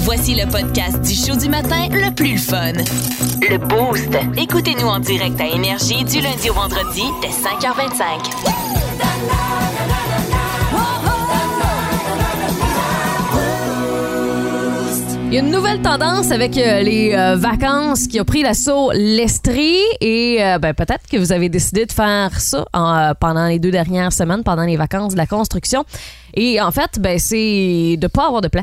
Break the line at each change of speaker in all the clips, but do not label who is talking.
Voici le podcast du show du matin le plus le fun. Le Boost. Écoutez-nous en direct à Énergie du lundi au vendredi dès 5h25.
Il y a une nouvelle tendance avec euh, les euh, vacances qui a pris l'assaut l'Estrie et euh, ben, peut-être que vous avez décidé de faire ça en, euh, pendant les deux dernières semaines, pendant les vacances de la construction. Et en fait, ben, c'est de pas avoir de plan.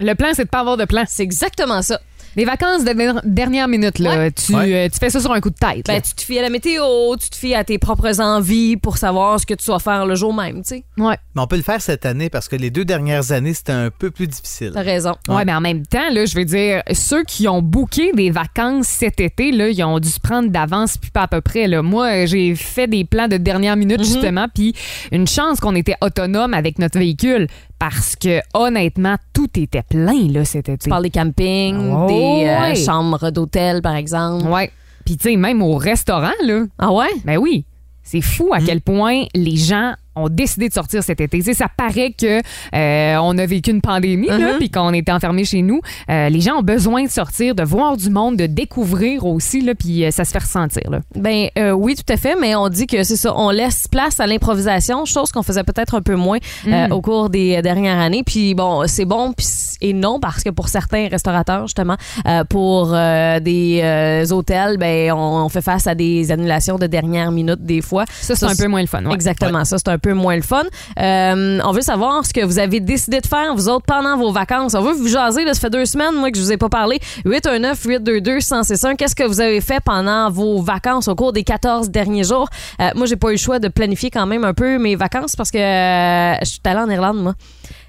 Le plan, c'est de pas avoir de plan.
C'est exactement ça.
Les vacances de der- dernière minute, là. Tu,
Ouais.
euh, tu fais ça sur un coup de tête. là.
Ben, tu te fies à la météo, tu te fies à tes propres envies pour savoir ce que tu vas faire le jour même, tu sais.
ouais.
Mais on peut le faire cette année parce que les deux dernières années, c'était un peu plus difficile.
T'as raison.
Ouais, mais en même temps, là, je veux dire, ceux qui ont booké des vacances cet été, là, ils ont dû se prendre d'avance, puis pas à peu près. Là. Moi, euh, j'ai fait des plans de dernière minute,
Mhm.
justement, puis une chance qu'on était autonome avec notre véhicule, parce que honnêtement, tout était plein là, cet été.
Tu parles des campings,
Oh,
des euh,
ouais.
chambres d'hôtel, par exemple.
Ouais. Puis, tu sais, même au restaurant, là,
Ah ouais?
Ben oui, c'est fou
Mm.
à quel point les gens ont décidé de sortir cet été. Tu sais, ça paraît que euh, on a vécu une pandémie là,
Mm-hmm.
puis qu'on était enfermés chez nous. Euh, les gens ont besoin de sortir, de voir du monde, de découvrir aussi là, puis euh, ça se fait ressentir là.
Ben euh, oui, tout à fait, mais on dit que c'est ça, on laisse place à l'improvisation, chose qu'on faisait peut-être un peu moins
Mm.
euh, au cours des euh, dernières années. Puis bon, c'est bon puis c- et non parce que pour certains restaurateurs justement, euh, pour euh, des euh, hôtels, ben on, on fait face à des annulations de dernière minute des fois.
Ça c'est un peu moins le fun. ouais.
Exactement, ça c'est un peu moins le fun. Euh, on veut savoir ce que vous avez décidé de faire vous autres pendant vos vacances. On veut vous jaser, là, ça fait deux semaines moi que je vous ai pas parlé. 819 822 161 qu'est-ce que vous avez fait pendant vos vacances au cours des 14 derniers jours? Euh, moi j'ai pas eu le choix de planifier quand même un peu mes vacances parce que euh, je suis allée en Irlande moi.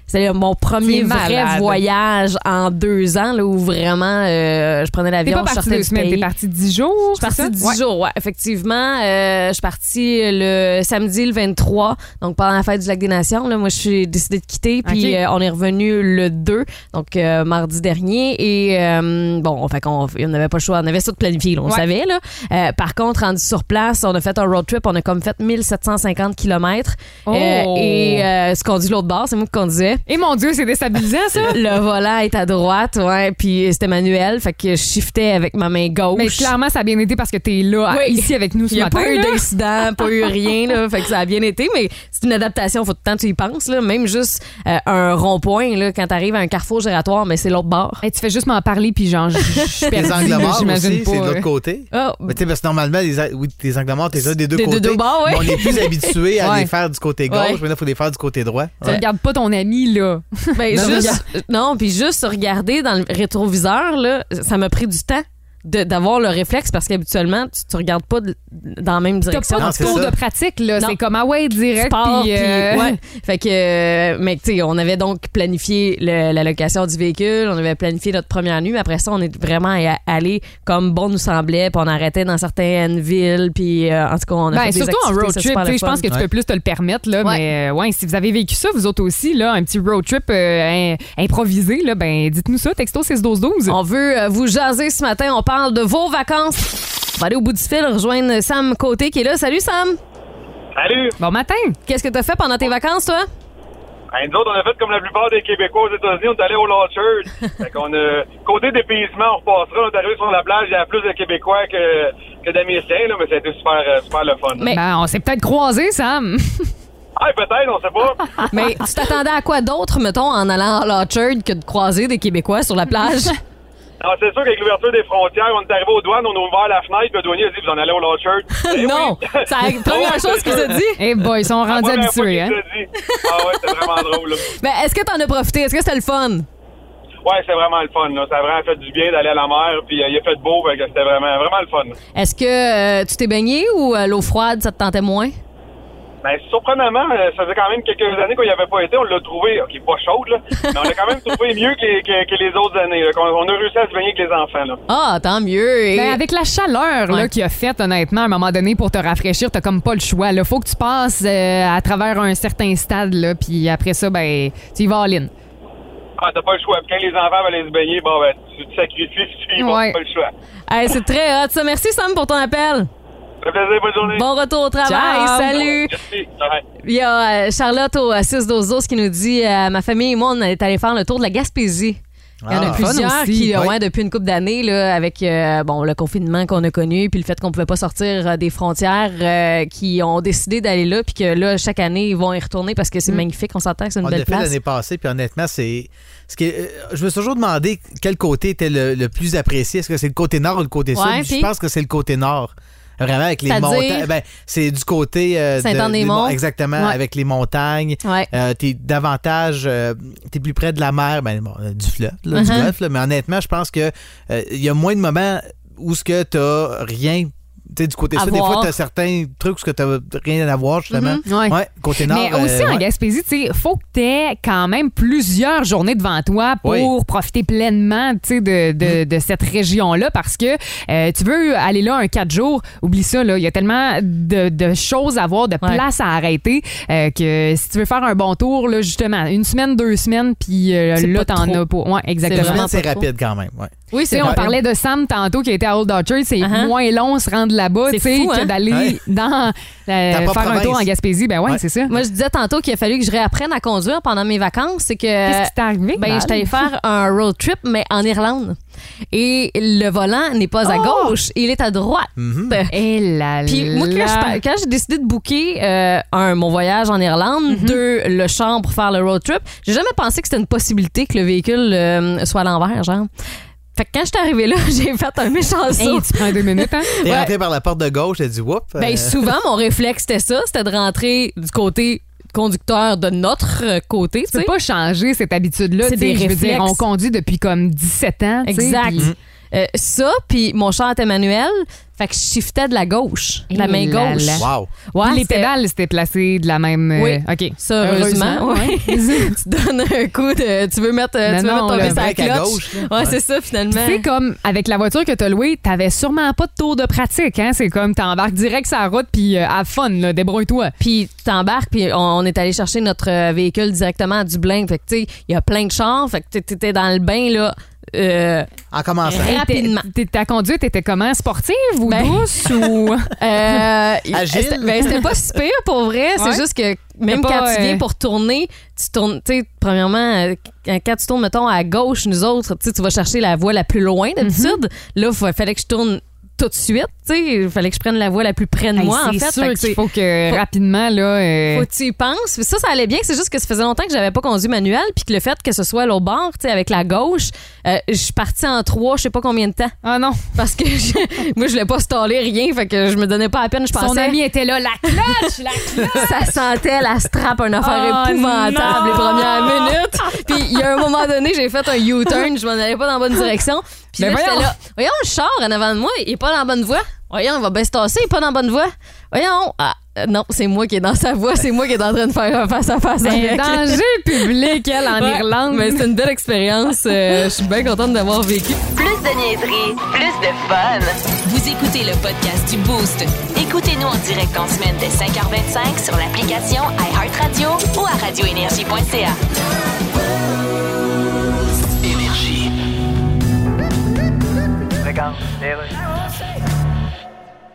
C'est mon premier
C'est
vrai
malade.
voyage en deux ans là, où vraiment euh, je prenais
T'es
l'avion,
pas
je
parti
sortais
deux
du
semaines, t'es
pays.
parti dix jours.
Je suis partie
c'est ça?
10
Ouais.
jours, ouais. Effectivement, euh, je suis partie le samedi le 23, donc pendant la fête du Lac des Nations. Là, moi, je suis décidée de quitter, puis
Ok.
euh, on est revenu le 2, donc euh, mardi dernier. Et euh, bon, fait qu'on on n'avait pas le choix, on avait ça de planifié, là, on le
Ouais.
savait. Là. Euh, par contre, rendu sur place, on a fait un road trip, on a comme fait 1750 km.
Oh.
et euh, ce qu'on dit l'autre bord, c'est moi qui conduisais.
Et mon Dieu, c'est déstabilisant ça.
Le volant est à droite, ouais, puis c'était manuel, fait que je shiftais avec ma main gauche.
Mais clairement, ça a bien été parce que t'es là, à-
Oh, Oui.
ici avec nous ce
Il n'y a
matin.
pas eu
là.
d'incident, pas eu rien, là, fait que ça a bien été, mais c'est une adaptation, faut tout le temps que tu y penses, là, même juste euh, un rond-point, là, quand tu arrives à un carrefour giratoire, mais c'est l'autre bord.
Hey, tu fais juste m'en parler, puis genre, je je suis
Les
perdue,
angles
là,
morts
j'imagine
aussi,
pas,
c'est de
euh.
l'autre côté.
Ah,
Mais tu sais, parce que normalement, les, a- oui, tes angles morts, t'es un des deux
Des- des
côtés.
deux bords, ouais.
Mais On est plus habitué à
Ouais.
les faire du côté gauche,
Ouais.
mais là, il faut les faire du côté droit.
Tu
Ouais.
regardes pas ton ami, là.
ben,
Non,
juste, non, puis juste regarder dans le rétroviseur, là, ça m'a pris du temps de- d'avoir le réflexe parce qu'habituellement, tu, tu regardes pas de- dans la même
T'as
direction.
pas
Non,
de
c'est
cours
ça.
de pratique, là.
Non.
C'est comme, ah ouais, direct.
Sport,
puis,
puis,
euh,
ouais. Fait que, euh, mais tu sais, on avait donc planifié le- la location du véhicule, on avait planifié notre première nuit, mais après ça, on est vraiment a- allé comme bon nous semblait, puis on arrêtait dans certaines villes, puis euh, en tout cas, on a
Ben,
fait des
surtout en
activités,
road
c'est
trip,
super
tu sais,
le
je pense
fun.
que tu peux
Ouais.
plus te le permettre, là,
Ouais.
mais euh, ouais, si vous avez vécu ça, vous autres aussi, là, un petit road trip euh, im- improvisé, là, ben dites-nous ça, texto 61212.
On veut euh, vous jaser ce matin, on parle de vos vacances. On va aller au bout du fil rejoindre Sam Côté qui est là. Salut Sam!
Salut!
Bon matin!
Qu'est-ce que t'as fait pendant tes vacances, toi?
Ben, nous autres, on a fait comme la plupart des Québécois aux États-Unis, on est allé au launcher. fait qu'on a, côté dépaysement, on repassera, on est arrivé sur la plage, il y a plus de Québécois que, que d'Américains, là, mais ça a été super, euh, super le fun.
Mais-
Ben, on s'est peut-être croisés, Sam!
Ah, peut-être, on sait pas.
Mais tu t'attendais à quoi d'autre, mettons, en allant à l'Orchard que de croiser des Québécois sur la plage?
non, c'est sûr qu'avec l'ouverture des frontières, on est arrivé aux douanes, on a ouvert la fenêtre, puis le douanier a dit, vous en allez au launcher.
non! C'est la première chose qu'ils ont dit.
Eh boy, ils sont rendus habitués, hein?
Ah ouais, c'est vraiment drôle, là.
Ben, est-ce que t'en as profité? Est-ce que c'était le fun?
Ouais, c'est vraiment le fun, là. Ça a vraiment fait du bien d'aller à la mer, puis euh, il a fait beau, fait que c'était vraiment, vraiment le fun.
Est-ce que euh, tu t'es baigné ou euh, l'eau froide, ça te tentait moins?
Ben, surprenamment, euh, ça faisait quand même quelques années qu'on n'y avait pas été. On l'a trouvé, OK, pas chaude, là, mais on l'a quand même trouvé mieux que les, que, que les autres années. là, qu'on- on, a réussi à se baigner avec les enfants. Là.
Ah, tant mieux. Et-
Ben, avec la chaleur là
Ouais.
qu'il a faite, honnêtement, à un moment donné, pour te rafraîchir, t'as comme pas le choix. Là, faut que tu passes euh, à travers un certain stade, là, puis après ça, ben, tu y vas en ligne.
Ah, t'as pas le choix. Puis Quand les enfants veulent aller se baigner, bon, ben, tu te sacrifies, puis tu y vas,
Ouais.
t'as pas le choix.
Hey, c'est très hot, ça. Merci, Sam, pour ton appel.
Ça fait plaisir, bonne journée.
Bon retour au travail.
Ciao.
Salut.
Merci. Bye.
Il y a euh, Charlotte au euh, 6 12 12 qui nous dit euh, Ma famille et moi, on est allé faire le tour de la Gaspésie. Il y en a
Ah.
plusieurs
Fun aussi.
qui, euh,
Oui.
ouais, depuis une couple d'années, là, avec euh, bon, le confinement qu'on a connu, puis le fait qu'on pouvait pas sortir euh, des frontières, euh, qui ont décidé d'aller là, puis que là, chaque année, ils vont y retourner parce que c'est magnifique, on s'entend que c'est une
On l'a
belle
fait
place.
l'année passée, puis honnêtement, c'est. Ce qui est- euh, je me suis toujours demandé quel côté était le, le plus apprécié. Est-ce que c'est le côté nord ou le côté
Ouais,
sud?
puis-
Je pense que c'est le côté nord. Vraiment, avec les
C'est-à-dire?
montagnes. Ben, c'est du côté. euh, de-
Saint-Anne-des-Monts.
des- Exactement,
Ouais.
avec les montagnes.
Ouais.
Euh, t'es davantage, euh, t'es plus près de la mer, ben, bon, euh, du fleuve, là, du
Mhm.
bluff, là. mais honnêtement, je pense que euh, il y a moins de moments où ce que t'as rien, tu sais, du côté
À
sud, des
voir.
fois t'as certains trucs où ce que t'as rien à voir justement.
Ouais.
Ouais, côté nord.
Mais
ben,
aussi
euh,
en
ouais.
Gaspésie, tu sais, faut que tu aies quand même plusieurs journées devant toi pour
Oui.
profiter pleinement, tu sais, de, de,
Mm-hmm.
de cette région-là parce que euh, tu veux aller là un quatre jours, oublie ça, là, il y a tellement de, de choses à voir, de
Ouais.
places à arrêter euh, que si tu veux faire un bon tour, là, justement, une semaine, deux semaines, puis euh,
C'est
là,
pas
t'en
trop.
as pas. Ouais,
Une
exactement.
vraiment
semaine, c'est
pas trop.
rapide quand même. Ouais.
Oui,
Tu sais, on parlait de Sam tantôt qui était à Old Orchard. C'est
Uh-huh.
moins long se rendre là-bas
C'est
tu sais,
fou,
que
hein?
d'aller
Ouais.
dans euh,
Ta
faire
propre
un tour
province.
en Gaspésie. Ben ouais,
Ouais.
c'est ça.
Moi, je disais tantôt qu'il a fallu que je réapprenne à conduire pendant mes vacances. C'est que.
Qu'est-ce qui t'est arrivé?
Ben,
Val?
je t'allais faire un road trip, mais en Irlande. Et le volant n'est pas à
Oh!
gauche, il est à droite.
Mhm.
Eh là
Puis moi, quand,
là.
je par- quand j'ai décidé de booker, euh, un, mon voyage en Irlande,
Mhm.
deux, le champ pour faire le road trip, j'ai jamais pensé que c'était une possibilité que le véhicule euh, soit à l'envers, genre. Fait que quand je suis arrivée là, j'ai fait un méchant saut.
Hey, tu prends deux minutes, hein?
T'es
Ouais.
rentré par la porte de gauche, t'as dit whoop. euh,
Ben, souvent, mon réflexe, c'était ça, c'était de rentrer du côté conducteur de notre euh, côté, tu
Tu peux
sais.
pas changer cette habitude-là.
C'est
tu sais,
des
Je veux dire,
réflexes.
on conduit depuis comme 17 ans. tu sais,
Exact.
puis-
Euh, ça, puis mon char était manuel, fait que je shiftais de la gauche, de la main
Et là
gauche.
là.
Wow.
Ouais,
Puis les
c'était-
pédales, c'était placé de la même. euh,
Oui.
OK.
Ça, heureusement, ouais.
ouais.
tu donnes un coup de. Tu veux mettre, euh,
Non,
tu veux
non,
mettre ton
le
vis à la
break à
cloche.
gauche, là.
ouais,
Ouais.
c'est ça,
Puis
finalement.
C'est comme avec la voiture que t'as louée, t'avais sûrement pas de tour de pratique, hein? C'est comme t'embarques direct sur la route puis à fun, là, débrouille-toi.
Puis tu t'embarques, puis on, on est allé chercher notre euh, véhicule directement à Dublin. Fait que, tu sais, il y a plein de chars. Fait que t'é- t'étais dans le bain, là. euh,
En commençant.
Hey. Rapidement.
T'es- t'es- Ta conduite était comment? Sportive ou
Ben-
douce ou.
euh,
Agile.
c'était- Ben, c'était pas si pire, pour vrai.
Ouais.
C'est juste que même
T'as pas,
quand tu viens
euh,
pour tourner, tu tournes, tu sais, premièrement, euh, quand tu tournes, mettons, à gauche, nous autres, tu sais, tu vas chercher la voie la plus loin d'habitude. Là, il fallait que je tourne tout de suite, tu sais, il fallait que je prenne la voie la plus près de
Hey,
moi, en fait.
c'est
Fait
sûr
que c'est-
qu'il faut que
faut-
rapidement, là. euh,
Faut que tu y penses. Puis Ça, ça allait bien. C'est juste que ça faisait longtemps que j'avais pas conduit manuel. Puis que le fait que ce soit l'autre bord, tu sais, avec la gauche, euh, je suis partie en trois, je sais pas combien de temps.
Ah non.
Parce que je- moi, je voulais pas staller rien. Fait que je me donnais pas la peine. Je pensais.
Son ami était là, la clutch, la clutch.
Ça sentait la strap, une affaire
Oh,
épouvantable
non!
les premières minutes. Puis il y a un moment donné, j'ai fait un U-turn, je m'en allais pas dans la bonne direction. Puis
Mais
là, j'étais
voyons!
là, voyons, le char en avant de moi, il est pas dans la bonne voie. Voyons, on va bien se tasser, il est pas dans la bonne voie. Voyons, ah, euh, non, c'est moi qui est dans sa voie, c'est moi qui est en train de faire un face à face
Un
avec.
danger public, elle, en
Ouais,
Irlande.
Mais c'est une belle expérience. euh, je suis bien contente d'avoir vécu.
Plus de niaiserie, plus de fun. Vous écoutez le podcast du Boost. Écoutez-nous en direct en semaine dès 5h25 sur l'application iHeartRadio ou à radioénergie.ca.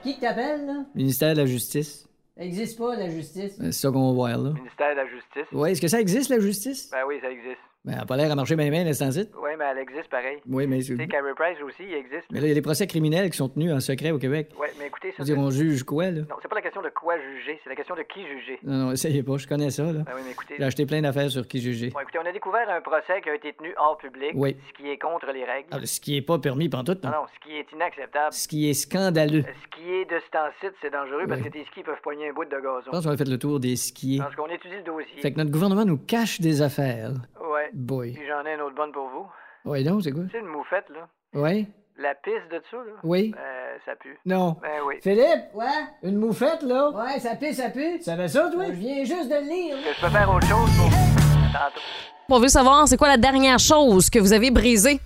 Qui t'appelle, là?
Ministère de la Justice.
Ça existe pas, la justice.
C'est ça qu'on va voir, là.
ministère de la Justice.
Oui, est-ce que ça existe, la justice?
Ben oui, ça existe.
Ben, elle n'a pas l'air à marcher bien, bien, l'instant-ci.
Oui, mais elle existe pareil.
Oui, mais c'est.
Tu sais, Carrie Price aussi, il existe.
Mais là, il y a des procès criminels qui sont tenus en secret au Québec.
Ouais, mais écoutez, ça.
C'est-à-dire,
c'est-
on juge quoi, là?
Non, c'est pas la question de quoi juger, c'est la question de qui juger.
Non, non, essayez pas, je connais ça, là.
Ben oui, mais écoutez.
J'ai acheté plein d'affaires sur qui juger.
Bon, écoutez, on a découvert un procès qui a été tenu hors public,
Oui.
ce qui est contre les règles.
Ah, ce qui est pas permis pantoute,
Non,
non.
non, ce qui est inacceptable.
Ce qui est scandaleux.
Euh, Skier de ce temps-ci, c'est dangereux parce que tes skis peuvent poigner un bout de
Je
gazon.
pense qu'on a fait le tour des skiers.
Parce qu'on étudie le dossier.
Fait que notre gouvernement nous cache des affaires.
Ouais.
Boy.
Puis j'en ai une autre bonne pour vous.
Ouais, non, c'est quoi?
Tu sais, une moufette, là.
Ouais?
La piste de dessous, là.
Oui?
Euh, ça pue.
Non.
Ben oui.
Philippe,
Ouais?
une moufette, là?
Ouais, ça pue, ça pue.
Ça va ça, toi?
Je viens juste de le lire, là.
Je peux faire autre chose pour. Tantôt.
On veut savoir, c'est quoi la dernière chose que vous avez brisée?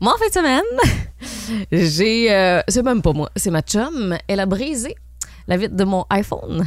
Moi, en fin de semaine, j'ai. euh, c'est même pas moi, c'est ma chum. Elle a brisé la vitre de mon iPhone.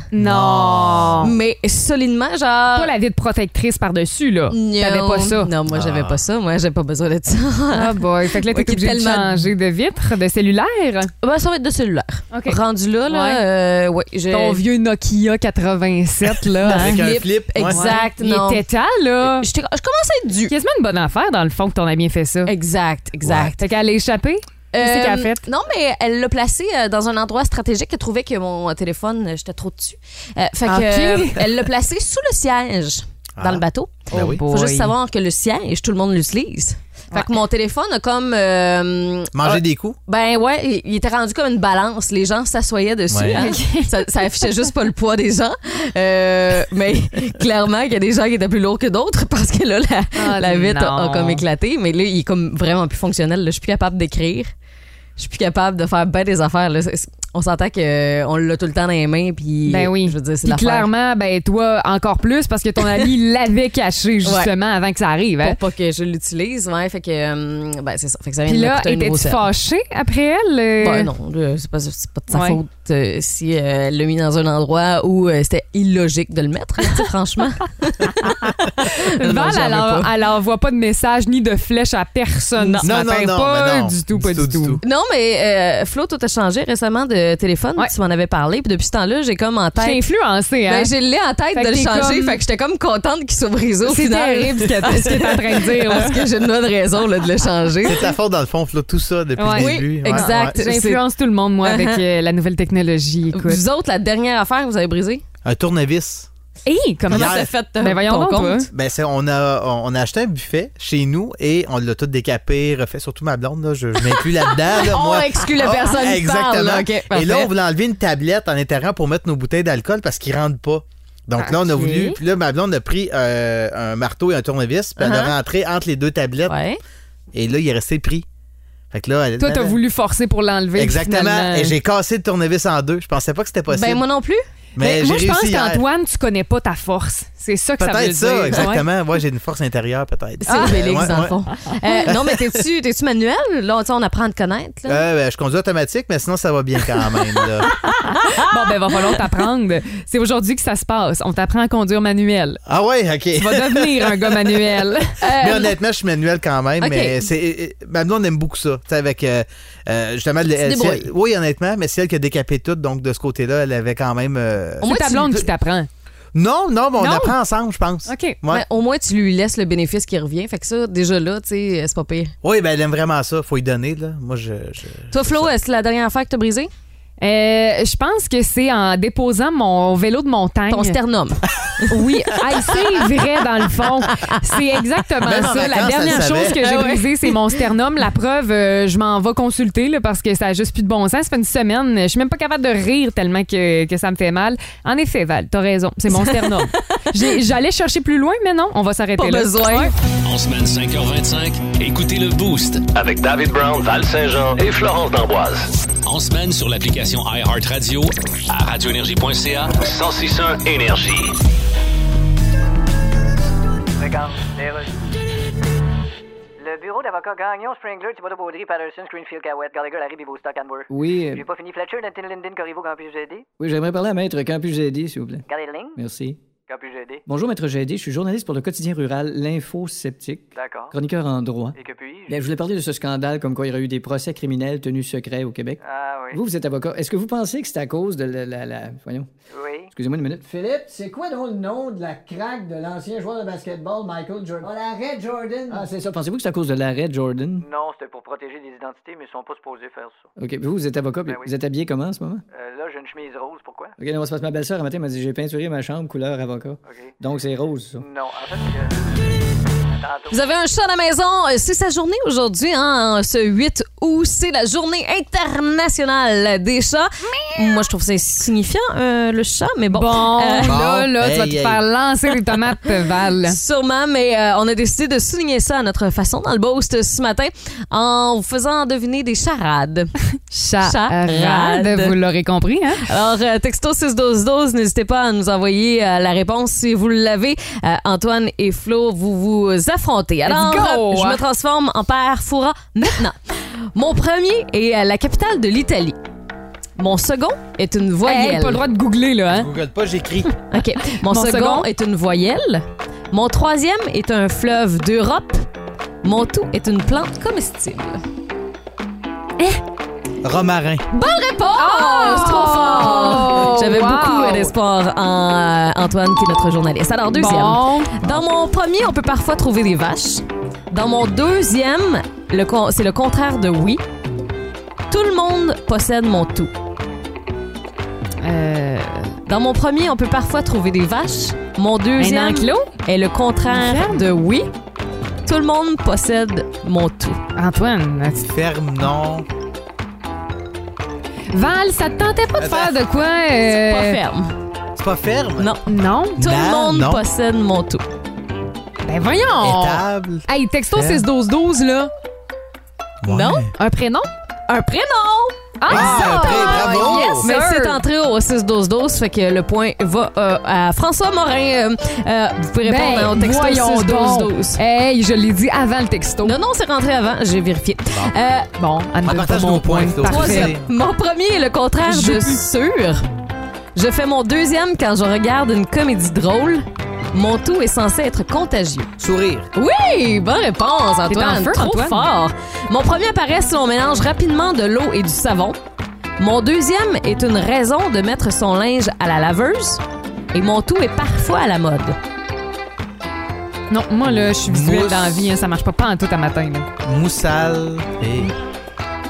Non.
Mais solidement, genre.
Pas la vitre protectrice par-dessus, là.
Non.
T'avais pas ça.
Non, moi, j'avais
Ah.
pas ça. Moi, j'ai pas besoin de ça.
Ah boy, fait que là, t'es
Ouais, qui est
obligé de
tellement-
changer de vitre, de cellulaire.
Ben, ça va être de cellulaire.
OK.
Rendu là, là,
Ouais.
euh, ouais, j'ai-
Ton vieux Nokia 87, là. hein?
Avec un
flip,
flip. ouais.
Exact,
Il
non.
était temps, là.
J'étais- Je commence à être dû.
Quasiment une bonne affaire, dans le fond, que ton ami ait fait ça.
Exact, exact.
Fait qu'elle a échappé. Qu'est-ce qu'elle
Euh,
a fait?
Non, mais elle l'a placé euh, dans un endroit stratégique. Elle trouvait que mon téléphone, euh, j'étais trop dessus. Euh, fait
Ok.
que, euh, elle l'a placé sous le siège dans
Ah.
le bateau.
Ben oui.
Faut
Oh Boy.
juste savoir que le siège, tout le monde l'utilise. Fait que mon téléphone a comme. euh,
Manger des coups.
ben ouais, il- il était rendu comme une balance. Les gens s'assoyaient dessus.
Ouais.
hein. Ça, ça affichait juste pas le poids des gens. Euh, mais clairement, il y a des gens qui étaient plus lourds que d'autres parce que là, la,
Ah,
la vitre a, a
non.
comme éclaté. Mais là, il est comme vraiment plus fonctionnel. là. Je suis plus capable d'écrire. Je suis plus capable de faire bien des affaires. là. C'est- c'est- On s'entend qu'on l'a tout le temps dans les mains. Puis,
Ben oui.
Je veux dire, c'est
Puis
l'affaire.
clairement, ben toi, encore plus, parce que ton ami l'avait caché, justement, avant que ça arrive. hein.
Pour pas que je l'utilise. Ouais, fait que. euh, Ben, c'est ça. Fait que ça vient
Puis
de me
là,
coûter un nouveau
étais-tu
set.
fâchée après elle? euh?
Ben non, euh, c'est pas, c'est pas de sa
Ouais.
faute euh, si euh, elle l'a mis dans un endroit où euh, c'était illogique de le mettre, tu sais, franchement. Non, non, j'en
Val,
veux
elle,
pas.
en- elle envoie pas de message ni de flèche à personne. ce
Non, non,
matin.
non,
pas
ben non.
du tout, pas du tout.
Non, mais euh, Flo, toi, t'as changé récemment de téléphone.
Ouais.
Tu m'en avais parlé. Puis depuis ce temps-là, j'ai comme en
T'es
tête.
influencée, hein?
Ben, j'ai l'ai en tête
Fait
de
que
le
t'es
changer.
comme-
Fait que j'étais comme contente qu'il soit brisé au
c'est
final.
terrible ce que ce que t'es en train de dire. là.
Parce que j'ai une bonne raison là, de le changer.
C'est ta faute, dans le fond, Flo, tout ça depuis
Ouais.
le
Oui,
début. Ouais,
exact.
ouais.
J'influence tout le monde, moi, avec euh, la nouvelle technologie. Écoute.
Uh-huh. Vous autres, la dernière affaire que vous avez brisée?
Un tournevis.
Hey, comment
Hier.
ça-
t'as fait euh,
Ben voyons
ton
donc,
compte?
toi.
Ben, c'est, on, a, on on a acheté un buffet chez nous et on l'a tout décapé, refait. Surtout ma blonde, là, je, je m'inclus là-dedans. là,
On
moi.
exclut la
Ah,
personne qui
Exactement.
parle, là. OK,
et là,
parfait.
on voulait enlever une tablette en intérieur pour mettre nos bouteilles d'alcool parce qu'ils rentrent pas. Donc là, on a
Ok.
voulu. Puis là, ma blonde a pris euh, un marteau et un tournevis. Puis elle a rentré entre les deux tablettes.
Uh-huh. Ouais.
Et là, il est resté pris. Fait que là, elle-
Toi, t'as voulu forcer pour l'enlever. puis
Ben, Exactement.
finalement-
Et j'ai cassé le tournevis en deux. Je pensais pas que c'était possible.
Ben moi non plus.
mais
moi,
j'ai
je pense
réussi hier.
qu'Antoine, tu connais pas ta force. C'est ça que ça veut
Peut-être
dire.
ça,
Ouais.
exactement. Moi, j'ai une force intérieure, peut-être. Ah,
C'est Félix,
Ouais,
dans le
ouais.
fond. Euh, non, mais t'es-tu, t'es-tu manuel? Là, tu sais, on apprend à te connaître. Là.
Euh, ben, je conduis automatique, mais sinon, ça va bien quand même. là.
Bon, ben, va falloir t'apprendre. C'est aujourd'hui que ça se passe. On t'apprend à conduire manuel.
Ah ouais, OK.
Tu vas devenir un gars manuel.
Euh,
Mais honnêtement, je suis manuel quand même.
OK.
Mais c'est, euh, ma blonde aime beaucoup ça. Tu sais, avec euh, euh, justement. le-
te
elle-
débrouilles.
c'est- oui, honnêtement, mais c'est elle qui a décapé tout. Donc, de ce côté-là, elle avait quand même. euh,
Au moins,
C'est ta
tu-
blonde qui t'apprend.
Non, non, mais on
Non.
apprend ensemble, je pense.
OK.
Ouais.
Ben, au moins, tu lui laisses le bénéfice qui revient. Fait que ça, déjà là, tu sais, euh, c'est pas pire.
Oui, ben, elle aime vraiment ça. Faut y donner, là. Moi, je. je-
Toi, Flo, est-ce la dernière affaire que t'as brisée?
Euh, je pense que c'est en déposant mon vélo de montagne.
Ton sternum.
Oui, Hey, c'est vrai dans le fond. C'est exactement
Même en
ça. La
vacances,
dernière
elle le
chose
savait.
Eh
que j'ai brisée, c'est mon sternum. La preuve, euh, je m'en vais consulter là, parce que ça a juste plus de bon sens. Ça fait une semaine. Je suis même pas capable de rire tellement que, que ça me fait mal. En effet, Val, t'as raison. C'est mon sternum. J'ai- J'allais chercher plus loin, mais non, on va s'arrêter
Pas
là.
besoin.
Ouais.
En semaine 5h25, écoutez le Boost.
Avec David Brown, Val Saint-Jean et Florence D'Amboise.
En semaine sur l'application iHeartRadio à radioénergie.ca.
1061 Énergie.
Regarde, les rues. Le bureau d'avocat Gagnon, Springler, Thibodeau, Baudry, Patterson, Greenfield, Cowett, Gallagher, Larry, Bibo, Stock, Anwer.
Oui, euh,
J'ai pas fini. Fletcher, Denton, Linden, Corriveau, quand puis-je vous aider?
oui j'aimerais parler à Maître Campus GD, s'il vous plaît.
Gardez le ligne,
Merci.
quand puis-je vous aider?
Bonjour, Maître GD. Je suis journaliste pour le quotidien rural L'Info Sceptique,
D'accord.
chroniqueur en droit.
Et que puis-je?
Bien, je voulais parler de ce scandale comme quoi il y aurait eu des procès criminels tenus secrets au Québec.
Ah oui.
Vous, vous êtes avocat. Est-ce que vous pensez que c'est à cause de la. la- la- Voyons.
Oui.
Excusez-moi une minute.
Philippe, c'est quoi donc le nom de la craque de l'ancien joueur de basketball Michael Jordan? Oh, la Red Jordan!
Ah, c'est ça. Pensez-vous que c'est à cause de l'arrêt de Jordan?
Non, c'était pour protéger des identités, mais ils sont pas supposés faire ça.
OK. Puis Vous, vous êtes avocat. puis
Ben oui.
Vous êtes habillé comment en ce moment?
Euh, là, j'ai une chemise rose, pourquoi?
OK, non, c'est parce que ma belle-sœur, un matin, m'a dit j'ai peinturé ma chambre couleur avocat.
OK.
Donc, c'est rose, ça.
Non, en fait, euh, à tantôt.
Vous avez un chat à la maison. Euh, C'est sa journée aujourd'hui, hein, ce 8 août. C'est la journée internationale des chats. Moi, je trouve ça insignifiant, euh, le chat, mais bon.
Bon,
Euh,
là, là, tu vas
Hey,
te
hey.
faire lancer les tomates, Val.
Sûrement, mais euh, on a décidé de souligner ça à notre façon dans le boost ce matin en vous faisant deviner des charades.
Charade, vous l'aurez compris, hein?
Alors, euh, texto 61212, n'hésitez pas à nous envoyer euh, la réponse si vous l'avez. Euh, Antoine et Flo, vous vous affrontez. Alors,
Let's go!
euh, je me transforme en père Foura maintenant. Mon premier est euh, la capitale de l'Italie. Mon second est une voyelle.
Hey, pas le droit de googler, là, hein?
Google pas, j'écris.
OK. Mon,
Mon
second,
second
est une voyelle. Mon troisième est un fleuve d'Europe. Mon tout est une plante comestible.
Romarin.
Réponse! Oh! c'est trop fort! J'avais
Oh! wow.
beaucoup d'espoir en euh, Antoine, qui est notre journaliste. Alors, deuxième.
Bon.
Dans mon premier, on peut parfois trouver des vaches. Dans mon deuxième, le con- c'est le contraire de oui. Tout le monde possède mon tout.
Euh,
Dans mon premier, on peut parfois trouver des vaches. Mon deuxième
un kilo?
est le contraire de oui. Tout le monde possède mon tout.
Antoine, as-tu-
Ferme, non.
Val, ça te tentait pas de faire de quoi?
C'est Pas
euh,
ferme.
C'est pas ferme.
Non.
Non?
Tout le
Non,
monde
non.
possède mon tout.
Ben voyons!
Étable.
Hey, texto
Ferme.
6-12-12, là.
Ouais.
Non.
Un prénom?
Un prénom!
Ah,
Ah, après, bravo!
yes,
Mais
sir.
c'est entré au 6-12-12, fait que le point va euh, à François Morin. Euh, euh, vous pouvez répondre
Ben,
hein, au texto
voyons donc. Euh,
6-12-12.
Hey, je l'ai dit avant le texto.
Non, non, c'est rentré avant, j'ai vérifié. Euh,
Bon, Anne
On
me
Ah, partage
donne
nos
mon
points,
point.
Flo.
Parfait.
Troisième. Mon premier est le contraire
Je
de
pue.
sûr. Je fais mon deuxième quand je regarde une comédie drôle. Mon tout est censé être contagieux.
Sourire.
Oui, bonne réponse, Antoine.
en feu,
Trop
Antoine.
fort. Mon premier apparaît si on mélange rapidement de l'eau et du savon. Mon deuxième est une raison de mettre son linge à la laveuse. Et mon tout est parfois à la mode.
Euh, Non, moi, là, je suis visuelle
Mousse.
dans la vie. hein, ça marche pas, pas en tout à matin. là.
Moussal. Et...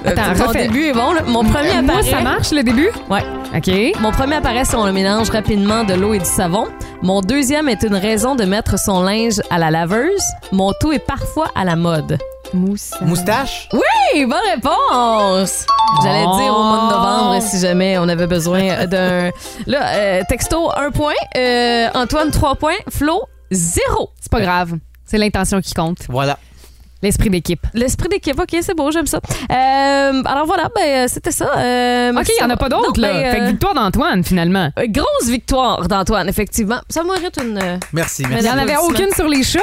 Attends,
mon
refais.
début est bon. là. Mon premier
Euh, moi,
apparaît.
ça marche, le début?
Ouais.
OK.
Mon premier apparaît si on le mélange rapidement de l'eau et du savon. Mon deuxième est une raison de mettre son linge à la laveuse. Mon tout est parfois à la mode.
Mousse.
Moustache.
Hey, bonne réponse! J'allais
Bon.
dire au mois de novembre si jamais on avait besoin d'un... Là, euh, texto, un point. Euh, Antoine, trois points. Flo, zéro.
C'est pas grave. C'est l'intention qui compte.
Voilà.
L'esprit d'équipe.
L'esprit d'équipe, ok, c'est beau, j'aime ça. Euh, alors voilà, ben, euh, c'était ça. Euh,
OK,
merci.
il n'y en a pas d'autres,
Non,
là.
ben,
Fait que
euh,
victoire d'Antoine, finalement.
Grosse victoire d'Antoine, effectivement. Ça mérite une... euh,
Merci,
Il
merci.
n'y en avait
applaudissements.
aucune sur les chats?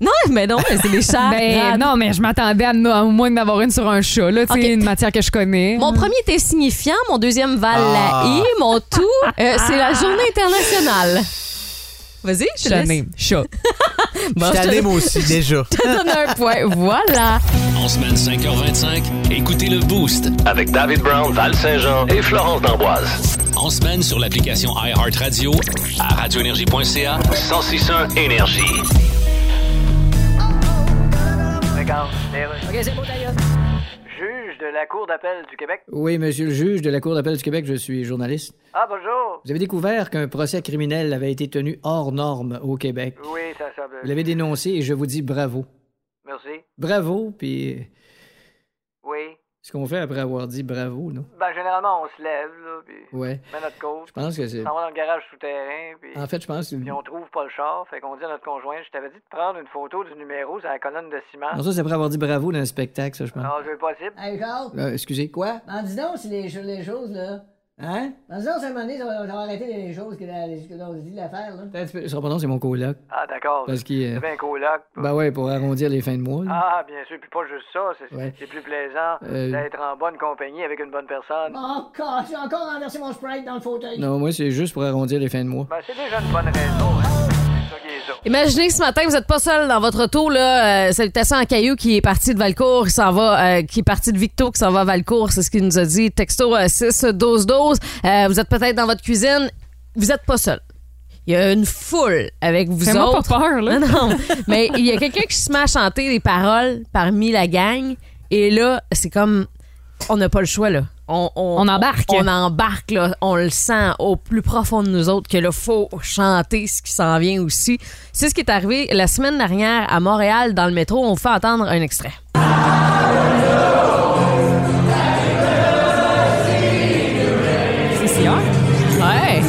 Non, mais non, mais c'est des chats.
Ben, non, mais je m'attendais à, à au moins d'avoir une sur un chat, là. Tu sais,
OK.
une matière que je connais.
Mon premier était signifiant, mon deuxième val
Ah.
la I, mon tout, euh, c'est la journée internationale. Vas-y, je te laisse.
Chané. Chat.
Je
Bon,
suis
je te
allé, moi aussi, déjà.
donne un point. Voilà.
En semaine 5h25, écoutez le Boost.
Avec David Brown, Val Saint-Jean et Florence D'Amboise.
En semaine sur l'application iHeartRadio, à radioénergie.ca.
1061 Énergie.
Regarde, Juge de la Cour d'appel du Québec.
Oui, monsieur le juge de la Cour d'appel du Québec, je suis journaliste.
Ah, bonjour.
Vous avez découvert qu'un procès criminel avait été tenu hors norme au Québec.
Oui, ça semble.
Vous l'avez dénoncé et je vous dis bravo.
Merci.
Bravo, puis
Oui.
ce qu'on fait après avoir dit bravo, non?
Ben, généralement, on se lève, là, puis
Ouais.
on met notre côte,
Je pense que c'est...
on s'en va dans le garage souterrain, puis...
En fait, je pense que...
Puis on trouve pas le char, fait qu'on dit à notre conjoint, je t'avais dit de prendre une photo du numéro sur la colonne de ciment.
Ah. Non, ça, c'est après avoir dit bravo dans le spectacle, ça, je pense.
Non, je veux pas possible.
Ah. Hey, Charles!
Euh, excusez.
Quoi? En dis donc, si les, cho- les choses, là. Hein? En dis donc, c'est un moment donné, ça va, ça va arrêter les choses que la- que l'on se dit de la faire, là.
Attends un petit peu, Son prénom, c'est mon coloc.
Ah, d'accord.
Parce qu'il... euh,
C'est bien un coloc.
Ben ouais, pour arrondir les fins de mois. là.
Ah, bien sûr, puis pas juste ça, c'est
Ouais.
c'est plus plaisant
Euh,
d'être en bonne compagnie avec une bonne personne.
Oh, God, j'ai encore renversé mon sprite dans le fauteuil.
Non, moi, c'est juste pour arrondir les fins de mois.
Ben, c'est déjà une bonne raison, hein. C'est ça qui est ça.
Imaginez que ce matin, vous n'êtes pas seul dans votre auto. Là, euh, salutations à Caillou qui est parti de Valcourt, qui s'en va, euh, qui est parti de Victo, qui s'en va à Valcourt. C'est ce qu'il nous a dit. Texto euh, 6 12 12. Euh, vous êtes peut-être dans votre cuisine. Vous n'êtes pas seul. Il y a une foule avec vous
Fais-moi pas
autres.
peur, là.
Non, non. Mais il y a quelqu'un qui se met à chanter des paroles parmi la gang. Et là, c'est comme. On n'a pas le choix, là. On,
On embarque.
On embarque, là. On le sent au plus profond de nous autres que là, faut chanter ce qui s'en vient aussi. C'est ce qui est arrivé la semaine dernière à Montréal, dans le métro. On vous fait entendre un extrait.
C'est si hard.
Ouais.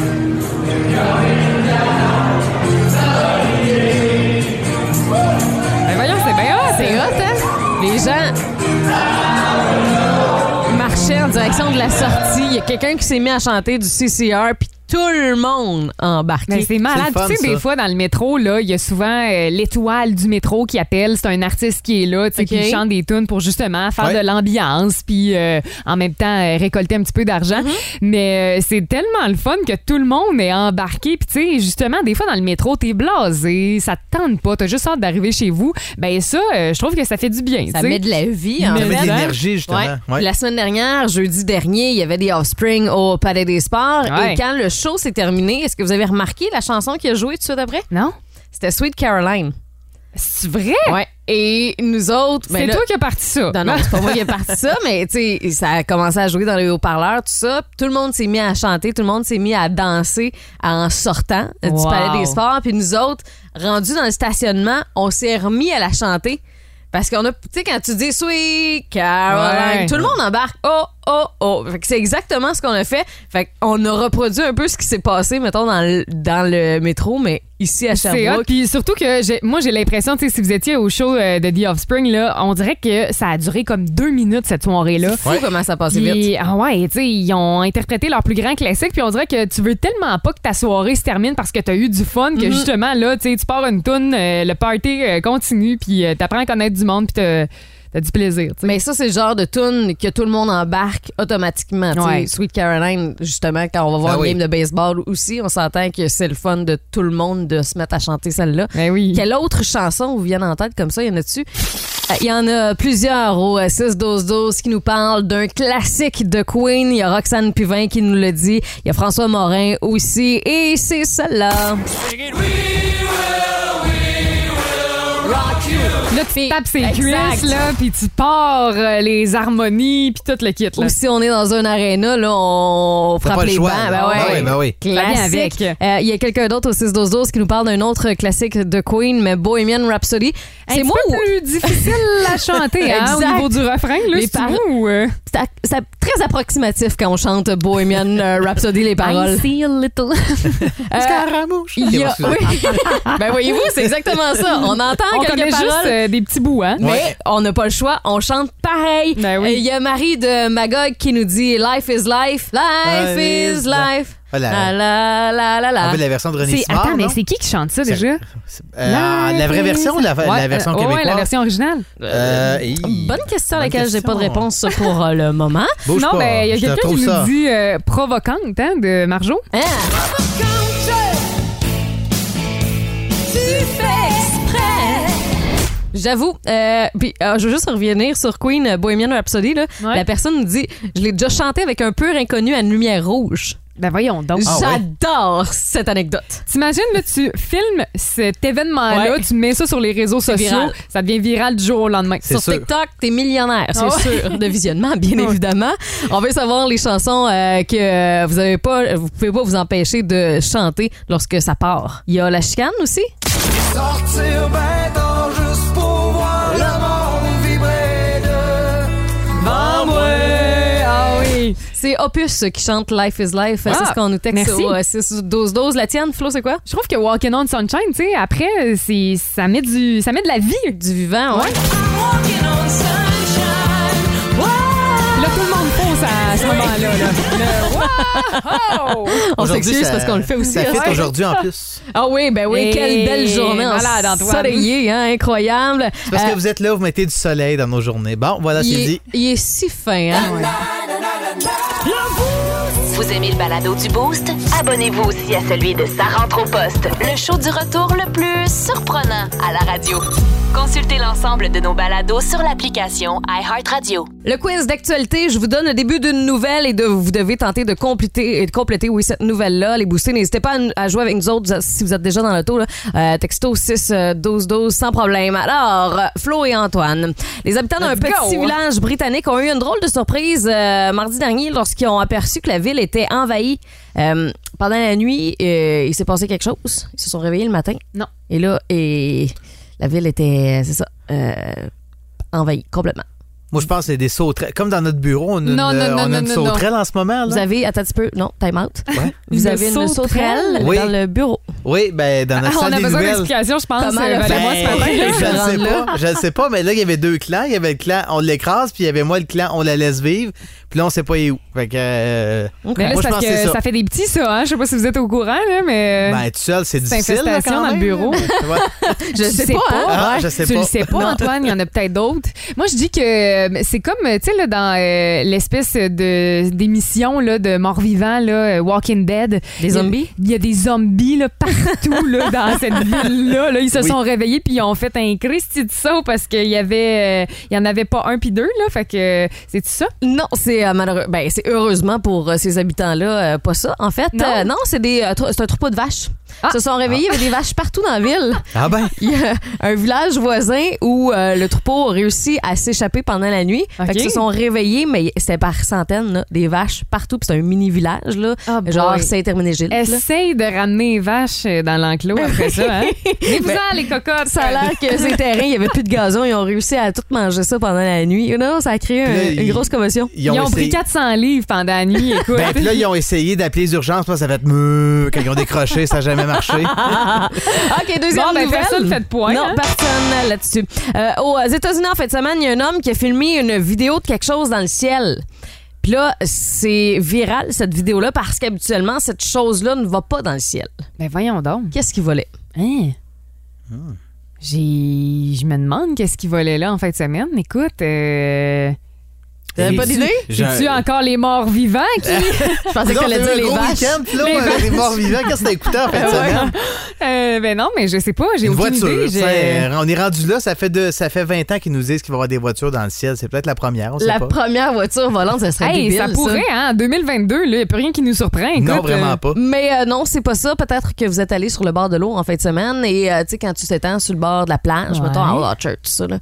Ben voyons, c'est bien hot.
C'est hot, hein? Les gens marchaient en direction de la sortie. Il y a quelqu'un qui s'est mis à chanter du CCR, puis tout le monde embarqué.
Mais c'est malade. tu sais, des fois, dans le métro, là, il y a souvent euh, l'étoile du métro qui appelle. C'est un artiste qui est là, tu sais,
Ok.
qui chante des tunes pour justement faire
Ouais.
de l'ambiance, puis euh, en même temps euh, récolter un petit peu d'argent.
Mm-hmm.
Mais euh, c'est tellement le fun que tout le monde est embarqué. Puis, tu sais, justement, des fois, dans le métro, t'es blasé, ça te tente pas, t'as juste hâte d'arriver chez vous. Ben, ça, euh, je trouve que ça fait du bien.
Ça
tu sais.
met de la vie, en
Mais
fait. hein.
là-
Ouais. La semaine dernière, jeudi dernier, il y avait des Offspring au Palais des Sports.
Ouais.
Et quand le show s'est terminé, est-ce que vous avez remarqué la chanson qui a joué tout de suite après?
Non.
C'était Sweet Caroline.
C'est vrai?
Ouais. Et nous autres.
C'est toi qui as parti ça.
Non, non, c'est pas moi qui ai parti ça, mais tu sais, ça a commencé à jouer dans les haut-parleurs, tout ça. Tout le monde s'est mis à chanter, tout le monde s'est mis à danser en sortant euh, du
Wow.
Palais des Sports. Puis nous autres, rendus dans le stationnement, on s'est remis à la chanter. Parce qu'on a, tu sais, quand tu dis Sweet Caroline,
Ouais.
tout le monde embarque. Oh, oh, oh. Fait que c'est exactement ce qu'on a fait. Fait qu'on a reproduit un peu ce qui s'est passé, mettons, dans le, dans le métro, mais ici à
C'est hot.
Sherbrooke.
Puis surtout que j'ai- moi, j'ai l'impression, tu sais, si vous étiez au show euh, de The Offspring, là, on dirait que ça a duré comme deux minutes cette soirée-là.
Fou comment ça passait
Puis-
vite.
Ah ouais, tu sais, ils ont interprété leur plus grand classique, puis on dirait que tu veux tellement pas que ta soirée se termine parce que t'as eu du fun, que
Mhm.
justement, là, tu sais, tu pars une toune, euh, le party euh, continue, puis euh, t'apprends à connaître du monde, puis t'as t'as du plaisir, tu sais.
Mais ça, c'est le genre de tune que tout le monde embarque automatiquement. tu sais.
Ouais.
Sweet Caroline, justement, quand on va voir
Ah
une
oui.
game de baseball aussi, on s'entend que c'est le fun de tout le monde de se mettre à chanter celle-là.
Ben oui.
Quelle autre chanson vous vient en tête comme ça? Il y en a-tu? Euh, Il y en a plusieurs au euh, 6-12-12 qui nous parlent d'un classique de Queen. Il y a Roxane Pivin qui nous le dit. Il y a François Morin aussi. Et c'est celle-là.
Là, tu tapes ses
Exact.
cuisses, là, puis tu pars euh, les harmonies, puis tout le kit, là.
Ou si on est dans un aréna, là, on
T'as
frappe
pas le
les
choix,
bancs.
là.
Ben ouais.
Ah oui, ben oui.
Classique.
Ça vient
Euh,
avec.
Il y a quelqu'un d'autre au 6-12-12 qui nous parle d'un autre classique de Queen, mais Bohemian Rhapsody.
C'est
moi ou-
plus difficile à chanter hein, au
Exact.
niveau du refrain. Là,
Les
c'est
paroles-
tout, ou, euh?
C'est à- c'est à- très approximatif quand on chante Bohemian euh, Rhapsody, les paroles.
I see a little.
Euh, il y a- oui. ben voyez-vous, c'est exactement ça. On entend
On
quelques
connaît
paroles.
juste euh, des petits bouts, hein?
Mais on n'a pas le choix, on chante pareil. Euh, Il
Ben oui.
y a Marie de Magog qui nous dit Life is life, life
Life
is
is life.
life.
Voilà.
La, la, la,
Ah,
la.
Ah, On veut la version de René
C'est-
Simard,
Attends, mais
non?
c'est qui qui chante ça déjà?
Euh, la vraie version ou la, la
Ouais,
version
euh,
québécoise?
Ouais, la version originale.
Euh, hi.
Bonne question à laquelle j'ai pas de
question.
réponse pour euh, le moment.
Bouge
non,
pas,
ben,
mais il y a
je te
quelqu'un
trouve
qui
ça.
nous dit euh, provocante hein, de Marjo.
Hein? J'avoue, euh, puis euh, je veux juste revenir sur Queen euh, Bohemian Rhapsody. Là.
Ouais.
La personne nous dit Je l'ai déjà chanté avec un pur inconnu à une lumière rouge.
Ben voyons donc.
J'adore cette anecdote.
T'imagines, là, tu filmes cet événement-là,
Ouais.
tu mets ça sur les réseaux sociaux,
viral.
ça devient viral du jour au lendemain.
Sur TikTok, t'es millionnaire, c'est
Ah ouais.
sûr, de visionnement, bien évidemment. On veut savoir les chansons euh, que euh, vous avez pas, vous pouvez pas vous empêcher de chanter lorsque ça part. Il y a la chicane aussi.
Sortir ben tard juste pour voir le monde vibrer de
Ah oui.
C'est Opus qui chante Life is Life.
Ah,
c'est ce qu'on nous texte
merci.
au euh, 6 12 12 La tienne, Flo, c'est quoi?
Je trouve que Walking on Sunshine, tu sais, après, c'est, ça, met du, ça met de la vie.
Du vivant, ouais.
Là, tout le monde pose à ce moment-là. Là. Le wow!
On
Aujourd'hui,
s'excuse
ça-
parce qu'on le fait aussi.
Ça
hein.
fait aujourd'hui en plus.
Ah oui, ben oui,
Et
quelle belle journée
malade, Antoine.
ensoleillée, hein, incroyable.
C'est parce
Euh,
que vous êtes là, vous mettez du soleil dans nos journées. Bon, voilà, c'est
il, est,
dit.
il est si fin, hein?
Vous aimez le balado du Boost? Abonnez-vous aussi à celui de Sa rentre au poste, le show du retour le plus surprenant à la radio. Consultez l'ensemble de nos balados sur l'application iHeartRadio.
Le quiz d'actualité, je vous donne le début d'une nouvelle et de, vous devez tenter de compléter, et de compléter oui, cette nouvelle-là. Les boostés, n'hésitez pas à, nous- à jouer avec nous autres si vous êtes déjà dans l'auto. là. Euh, texto 6 euh, 12 12 sans problème. Alors, euh, Flo et Antoine, les habitants d'un
Let's
petit
go. hein.
village britannique ont eu une drôle de surprise euh, mardi dernier lorsqu'ils ont aperçu que la ville était envahie. Euh, pendant la nuit, euh, il s'est passé quelque chose. Ils se sont réveillés le matin.
Non.
Et là, et la ville était, c'est ça, euh, envahie complètement.
Moi, je pense que c'est des sauterelles. Comme dans notre bureau, on a
Non,
une,
non, non,
on a
non,
une
non,
sauterelle
non.
en ce moment. Là.
Vous avez, attends un petit peu, non, time out. Vous
Une
avez une
sauterelle?
sauterelle
Oui.
dans le bureau.
Oui, ben, dans notre
Ah, on
salle
a
des
besoin
nouvelles.
d'explications, je pense,
Comment
euh,
elle
Ben,
a
Valérie, moi, ce
fait?
matin, là,
Ben, je
je
ne sais
rentre
pas.
là.
Je ne sais pas, mais là, il y avait deux clans. Il y avait le clan, on l'écrase, puis il y avait moi, le clan, on la laisse vivre. Puis là, on ne sait pas où. Fait que, euh,
Mais là,
moi,
c'est
je pense
parce
que c'est
que
ça.
ça fait des petits, ça. Hein? Je sais pas si vous êtes au courant, là, mais. euh,
Ben, tout seul, c'est
C'est
difficile. là,
infestation
quand
dans le
même.
bureau.
Ouais.
Je
Tu
sais
sais
pas.
pas,
hein?
Ah, je sais
tu
pas.
le sais pas,
Non.
Antoine. Il y en a peut-être d'autres. Moi, je dis que euh, c'est comme, euh, tu sais, là, dans euh, l'espèce de d'émission là, de mort-vivant, là, euh, Walking Dead.
Des
Il y a-
zombies?
Il y a des zombies là, partout là, dans cette ville-là. là. Ils se
Oui.
sont réveillés puis ils ont fait un Christy de saut parce qu'il y avait, euh, il y en avait pas un puis deux. Là, fait que c'est ça?
Non, c'est euh, malheureux. Ben, c'est heureusement pour euh, ces habitants-là, euh, pas ça. En fait,
Non.
euh, non, Ah. c'est des, euh, tr- c'est un troupeau de vaches. Ils se sont réveillés, il y avait des vaches partout dans la ville.
Ah ben.
Il y a un village voisin où euh, le troupeau a réussi à s'échapper pendant la nuit. Fait qu'ils se sont réveillés, mais c'était par centaines, là, des vaches partout. Puis c'est un mini-village, là. genre
boy.
Saint-Herminé-Gilles. là.
Essaye de ramener les vaches euh, dans l'enclos après ça. Hein? Mais vous
Ben,
les cocottes!
Ça a l'air que ces terrains, il n'y avait plus de gazon. Ils ont réussi à tout manger ça pendant la nuit. Non, non, ça a créé un-
Puis là,
une
ils-
grosse commotion.
ils ont Ils ont pris essayé-
400 livres pendant la nuit, écoute.
Ben, puis là, ils ont essayé d'appeler les urgences, puis ça fait meuh quand ils ont décroché, ça n'a jamais marché.
OK, deuxième
Bon, ben,
nouvelle.
personne fait de point,
Non,
hein?
personne là-dessus. Euh, aux États-Unis, en fin de semaine, il y a un homme qui a filmé une vidéo de quelque chose dans le ciel. Puis là, c'est viral, cette vidéo-là, parce qu'habituellement, cette chose-là ne va pas dans le ciel.
Ben voyons donc.
Qu'est-ce qui volait?
Hein?
Hmm.
J'ai... Je me demande qu'est-ce qui volait là en fin de semaine. Écoute, euh...
T'avais pas d'idée?
tu
J'ai-
encore les morts vivants qui...
Je pensais que
Non,
t'allais
t'as eu
dire
un
les
gros
vaches.
week-end, puis là,
Les
on a des
vaches.
morts vivants. Qu'est-ce que t'as écouté en fin de semaine?
Euh, ben non, mais je sais pas, j'ai
Une
aucune
voiture.
idée. j'ai-
c'est- On est rendu là, ça fait, de, ça fait 20 ans qu'ils nous disent qu'il va y avoir des voitures dans le ciel. C'est peut-être la première, on sait
La
pas.
première voiture volante, ça serait
Hey,
débile,
ça pourrait, hein? En 2022, il n'y a plus rien qui nous surprend. Écoute,
Non, vraiment pas.
Mais euh, non, c'est pas ça. Peut-être que vous êtes allé sur le bord de l'eau en fin de semaine et euh, tu sais, quand tu t'étends sur le bord de la plage,
Ouais.
mettons à Orchard, tout ça, là,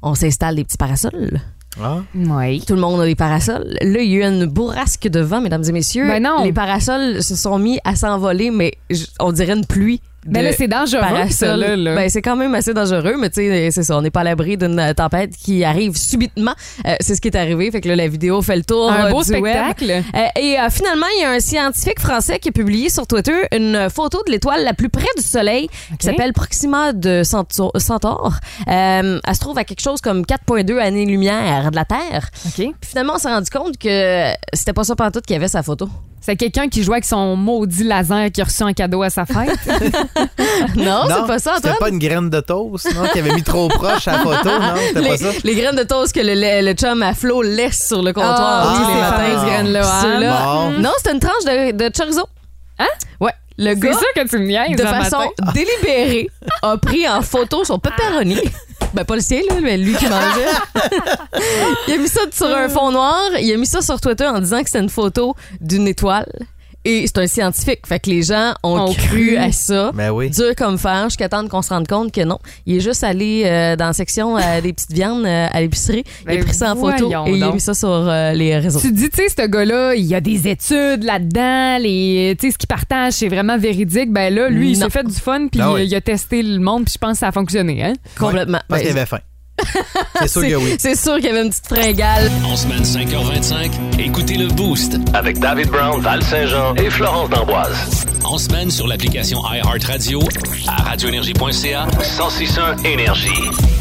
on s'installe des petits parasols. Oh,
Oui.
Tout le monde a des parasols. Là, il y a eu une bourrasque de vent, mesdames et messieurs.
Ben non.
Les parasols se sont mis à s'envoler, mais j- on dirait une pluie.
Ben
de
là, c'est dangereux,
parasols.
ça, là, là.
Ben, c'est quand même assez dangereux, mais tu sais, c'est ça. On n'est pas à l'abri d'une euh, tempête qui arrive subitement. Euh, c'est ce qui est arrivé. Fait que là, la vidéo fait le tour.
Un
euh,
beau
du web.
spectacle.
Euh, et euh, finalement, il y a un scientifique français qui a publié sur Twitter une photo de l'étoile la plus près du Soleil qui s'appelle Proxima de Cento- Centaure. Euh, elle se trouve à quelque chose comme 4,2 années-lumière de la Terre.
OK.
Puis finalement, on s'est rendu compte que c'était pas ça pantoute qui avait sa photo.
C'est quelqu'un qui jouait avec son maudit laser qu'il a reçu en cadeau à sa fête.
Non,
Ah. Non,
c'est pas ça, Antoine.
C'était pas une graine de toast, non, qu'il avait mis trop proche à la photo, non? C'était pas
Les,
ça?
les graines de toast que le, le- le chum à flot laisse sur le comptoir
Ah,
tous les
oui, ces fameuses
matins.
graines-là,
Puis
hein?
ceux-là-
Bon.
Non, c'est une tranche de, de chorizo.
Hein?
Ouais. Le
C'est
gars,
ça que tu me niaises
de
un matin. Ah.
façon délibérée, a pris en photo son pepperoni. Ben, pas le sien, là, mais lui qui mangeait. il a mis ça sur un fond noir. Il a mis ça sur Twitter en disant que c'était une photo d'une étoile. Et c'est un scientifique. Fait que les gens ont
Ont
cru
cru.
à ça.
Ben oui.
Dur comme fer, jusqu'à temps qu'on se rende compte que non. Il est juste allé euh, dans la section euh, des petites viandes euh, à l'épicerie. il
Ben,
a pris ça en photo
voyons
et il a
donc.
mis ça sur euh, les réseaux.
Tu te dis, tu sais, ce gars-là, il y a des études là-dedans, les, tu sais, ce qu'il partage, c'est vraiment véridique. Ben là, lui, il
Non.
s'est fait du fun, puis
Ah oui.
il a testé le monde, puis je pense que ça a fonctionné. Hein?
Complètement.
Parce
Ben,
qu'il avait faim. C'est sûr que oui.
c'est sûr qu'il y avait une petite fringale.
En semaine 5h25, écoutez le Boost.
Avec David Brown, Val Saint-Jean et Florence d'Amboise.
En semaine sur l'application iHeartRadio, à radioénergie.ca.
1061 Énergie.